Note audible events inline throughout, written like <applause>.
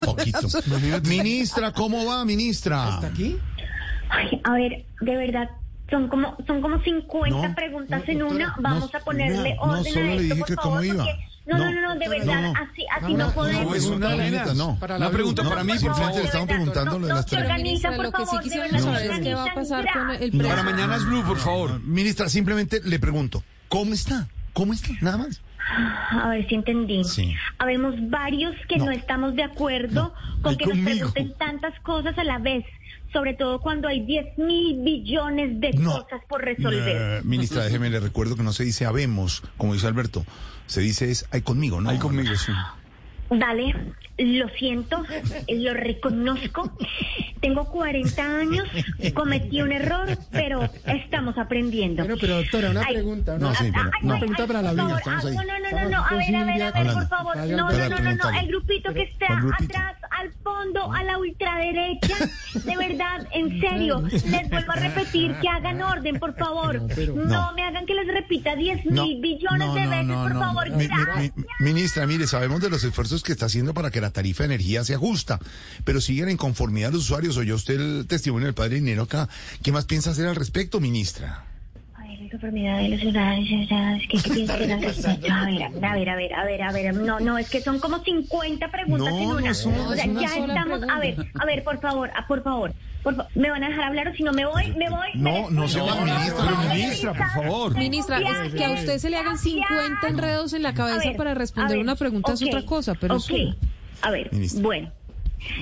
Poquito. ministra, ¿cómo va, ministra? aquí? Ay, a ver, de verdad, son como son como 50 No, preguntas no, en doctora, una. Vamos no, a ponerle no, orden solo a le esto, dije por que cómo favor, iba. porque no, no, No, no, no, de doctora, verdad, no, no. así así no No, podemos. es una línea, no. Para la Una Blue. pregunta No, para mí, por por favor, frente le estaban de verdad, preguntando no, de las no, tres. Ministra, lo que sí quisiéramos No, saber es qué va a pasar con el No. precio. Para mañana es Blue, por favor. Ministra, simplemente le pregunto, ¿cómo está? ¿Cómo está? Nada más. A ver si entendí. Sí. Habemos varios que No. no, estamos de acuerdo No, con ni que conmigo. nos pregunten tantas cosas a la vez, sobre todo cuando hay 10 mil billones de No. cosas por resolver. Eh, ministra, déjeme le recuerdo que no se dice habemos, como dice Alberto. Se dice es hay conmigo, ¿no? Hay conmigo, sí. Vale, lo siento, lo reconozco. Tengo 40 años, cometí un error, pero estamos aprendiendo. Bueno, pero doctora, una Ay, pregunta. no, una- sí, pero- ay, no. ay, Pregunta ay, para la por vida, favor, estamos ah, ahí. No, no, no, no, a ver, a ver, a ver, Hablando. por favor. No, Hablando. no, no, no, no, Preguntale. el grupito que está ¿Cuál grupito? atrás, al fondo, a la ultraderecha, de verdad, en serio, les vuelvo a repetir que hagan orden, por favor. Ah. pero- No. No me hagan que les repita 10 No, mil billones de veces, por favor, Mi- mi- gracias. mi- ministra, mire, sabemos de los esfuerzos que está haciendo para que la tarifa de energía sea justa, pero siguen en conformidad los usuarios. Oyó usted el testimonio del padre Dinero acá. ¿Qué más piensa hacer al respecto, ministra? A ver, la conformidad de los ciudadanos, ciudadanos, ¿qué, <laughs> qué piensan al respecto? A ver, a ver, a ver, a ver, a ver, no, no, es que son como 50 preguntas No, en una. no, es una- O sea, es una ya sola estamos, a ver, pregunta. a ver, por favor, ah, por favor, por fa- ¿me van a dejar hablar o si no me voy, me voy? No, no se va, va, ministra, pero ministra, por favor. Ministra, es que a usted se le hagan 50 enredos en la A cabeza ver, para a responder ver, una pregunta es ok, otra cosa, pero ok. es una. A ver, Ministra. bueno,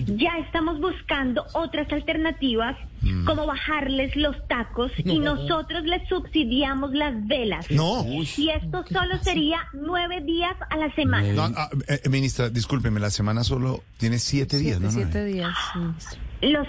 ya estamos buscando otras alternativas Mm. como bajarles los tacos y nosotros les subsidiamos las velas. No. Y esto solo sería nueve días a la semana. No, ah, eh, eh, ministra, discúlpeme, la semana solo tiene siete días, ¿no? Siete, nueve? siete días, ministra. Los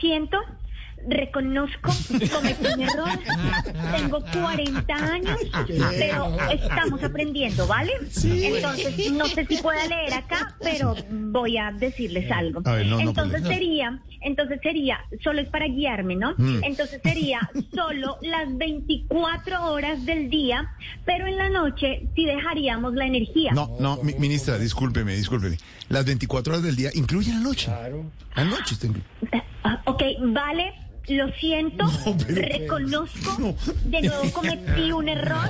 siento, reconozco, cometí un error, tengo 40 años, pero estamos aprendiendo, ¿vale? Entonces, no sé si pueda leer acá, pero voy a decirles algo. A ver, no, pues, no entonces puede. sería, entonces sería, solo es para guiarme, ¿no? Mm. Entonces sería solo las 24 horas del día, pero en la noche sí dejaríamos la energía. No, no, mi- ministra, discúlpeme, discúlpeme. Las 24 horas del día incluye la noche. Claro. La noche está inclu- Ah, Ok, vale, lo siento, reconozco, de nuevo cometí un error,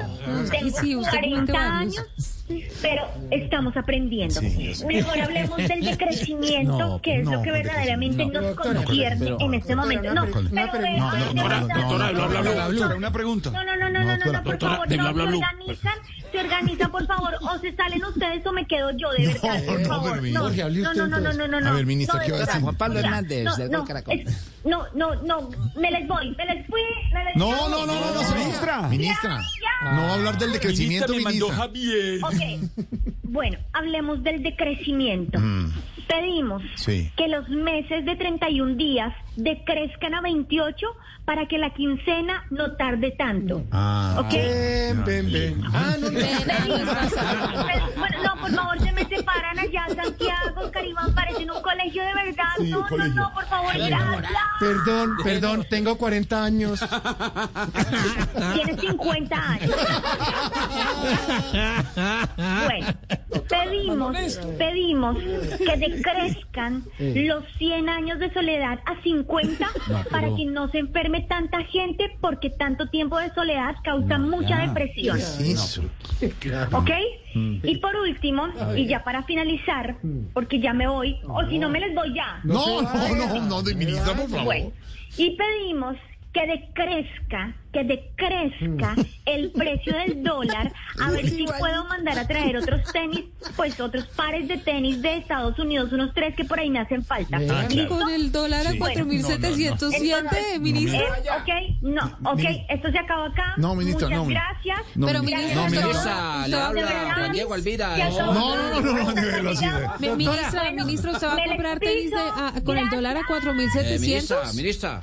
tengo sí, usted 40 comete varios. años, pero estamos aprendiendo. Sí, yo sé. Mejor hablemos del decrecimiento, No, que es no, lo que con verdaderamente decrecimiento. nos Doctora, concierne pero- en este momento. No, una pero pregunta. No, ve- no, no, no, no, no, no, no, no, Blue. no, una pregunta. no, no, no, no, no, no, no, por favor, no, se organizan, se organizan, por favor, o se salen ustedes o me quedo yo, de No, verdad, por no, favor. pero, No, Jorge, hable no, usted no, no, no, no, no, A ver, ministra, no, ¿qué va a de decir? verdad, Juan Pablo mira, Hernández, no, del no, Gol Caracol. es- No, no, no, me les voy, me les fui, me les No, no, no, no, no, ministra. Ministra, no va a hablar del decrecimiento, ministra. Ok, bueno, hablemos del decrecimiento. Pedimos Mm. Sí. que los meses de 31 días decrezcan a 28 para que la quincena no tarde tanto. Ah, Ok. Ven, ven, ven. Ah, no, no. Bueno, no, por favor, se me separan allá, Santiago, Caribán, parecen un colegio de verdad. Sí, no, no, colegio. no, por favor, gracias. Perdón, perdón, tengo 40 años. Tienes 50 años. bueno, Pedimos, pedimos que decrezcan los 100 años de soledad a <laughs> 50 para que no se enferme tanta gente porque tanto tiempo de soledad causa mucha depresión. Eso. ¿Ok? Y por último, y ya para finalizar, porque ya me voy, o si no me les voy ya. No, no, no, no, de ministra, por favor. Bueno, y pedimos que decrezca, que decrezca el precio del dólar, a ver si puedo mandar a traer otros tenis, pues otros pares de tenis de Estados Unidos, unos tres que por ahí me hacen falta. Ah, claro. ¿Listo? Con el dólar a Sí. 4.707, ministro. Eh, ok, no, ok, Mini- esto se acabó acá. No, ministra, Muchas no. gracias. No, Pero, ministra. No, ministra, todo- ministra. todo- le De habla verdad, Juan Diego Alvira, que a ¿no? todos No, no, no, no, los no, nivel así de- amigos, Mi- Ministra, ministro, usted va Me a comprar despido. tenis de- ah, con el dólar a Eh, ministra, 4.700. ministra.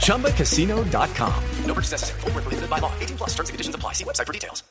ChumbaCasino.com. No purchase necessary. Void where prohibited by law. 18 plus terms and conditions apply. See website for details.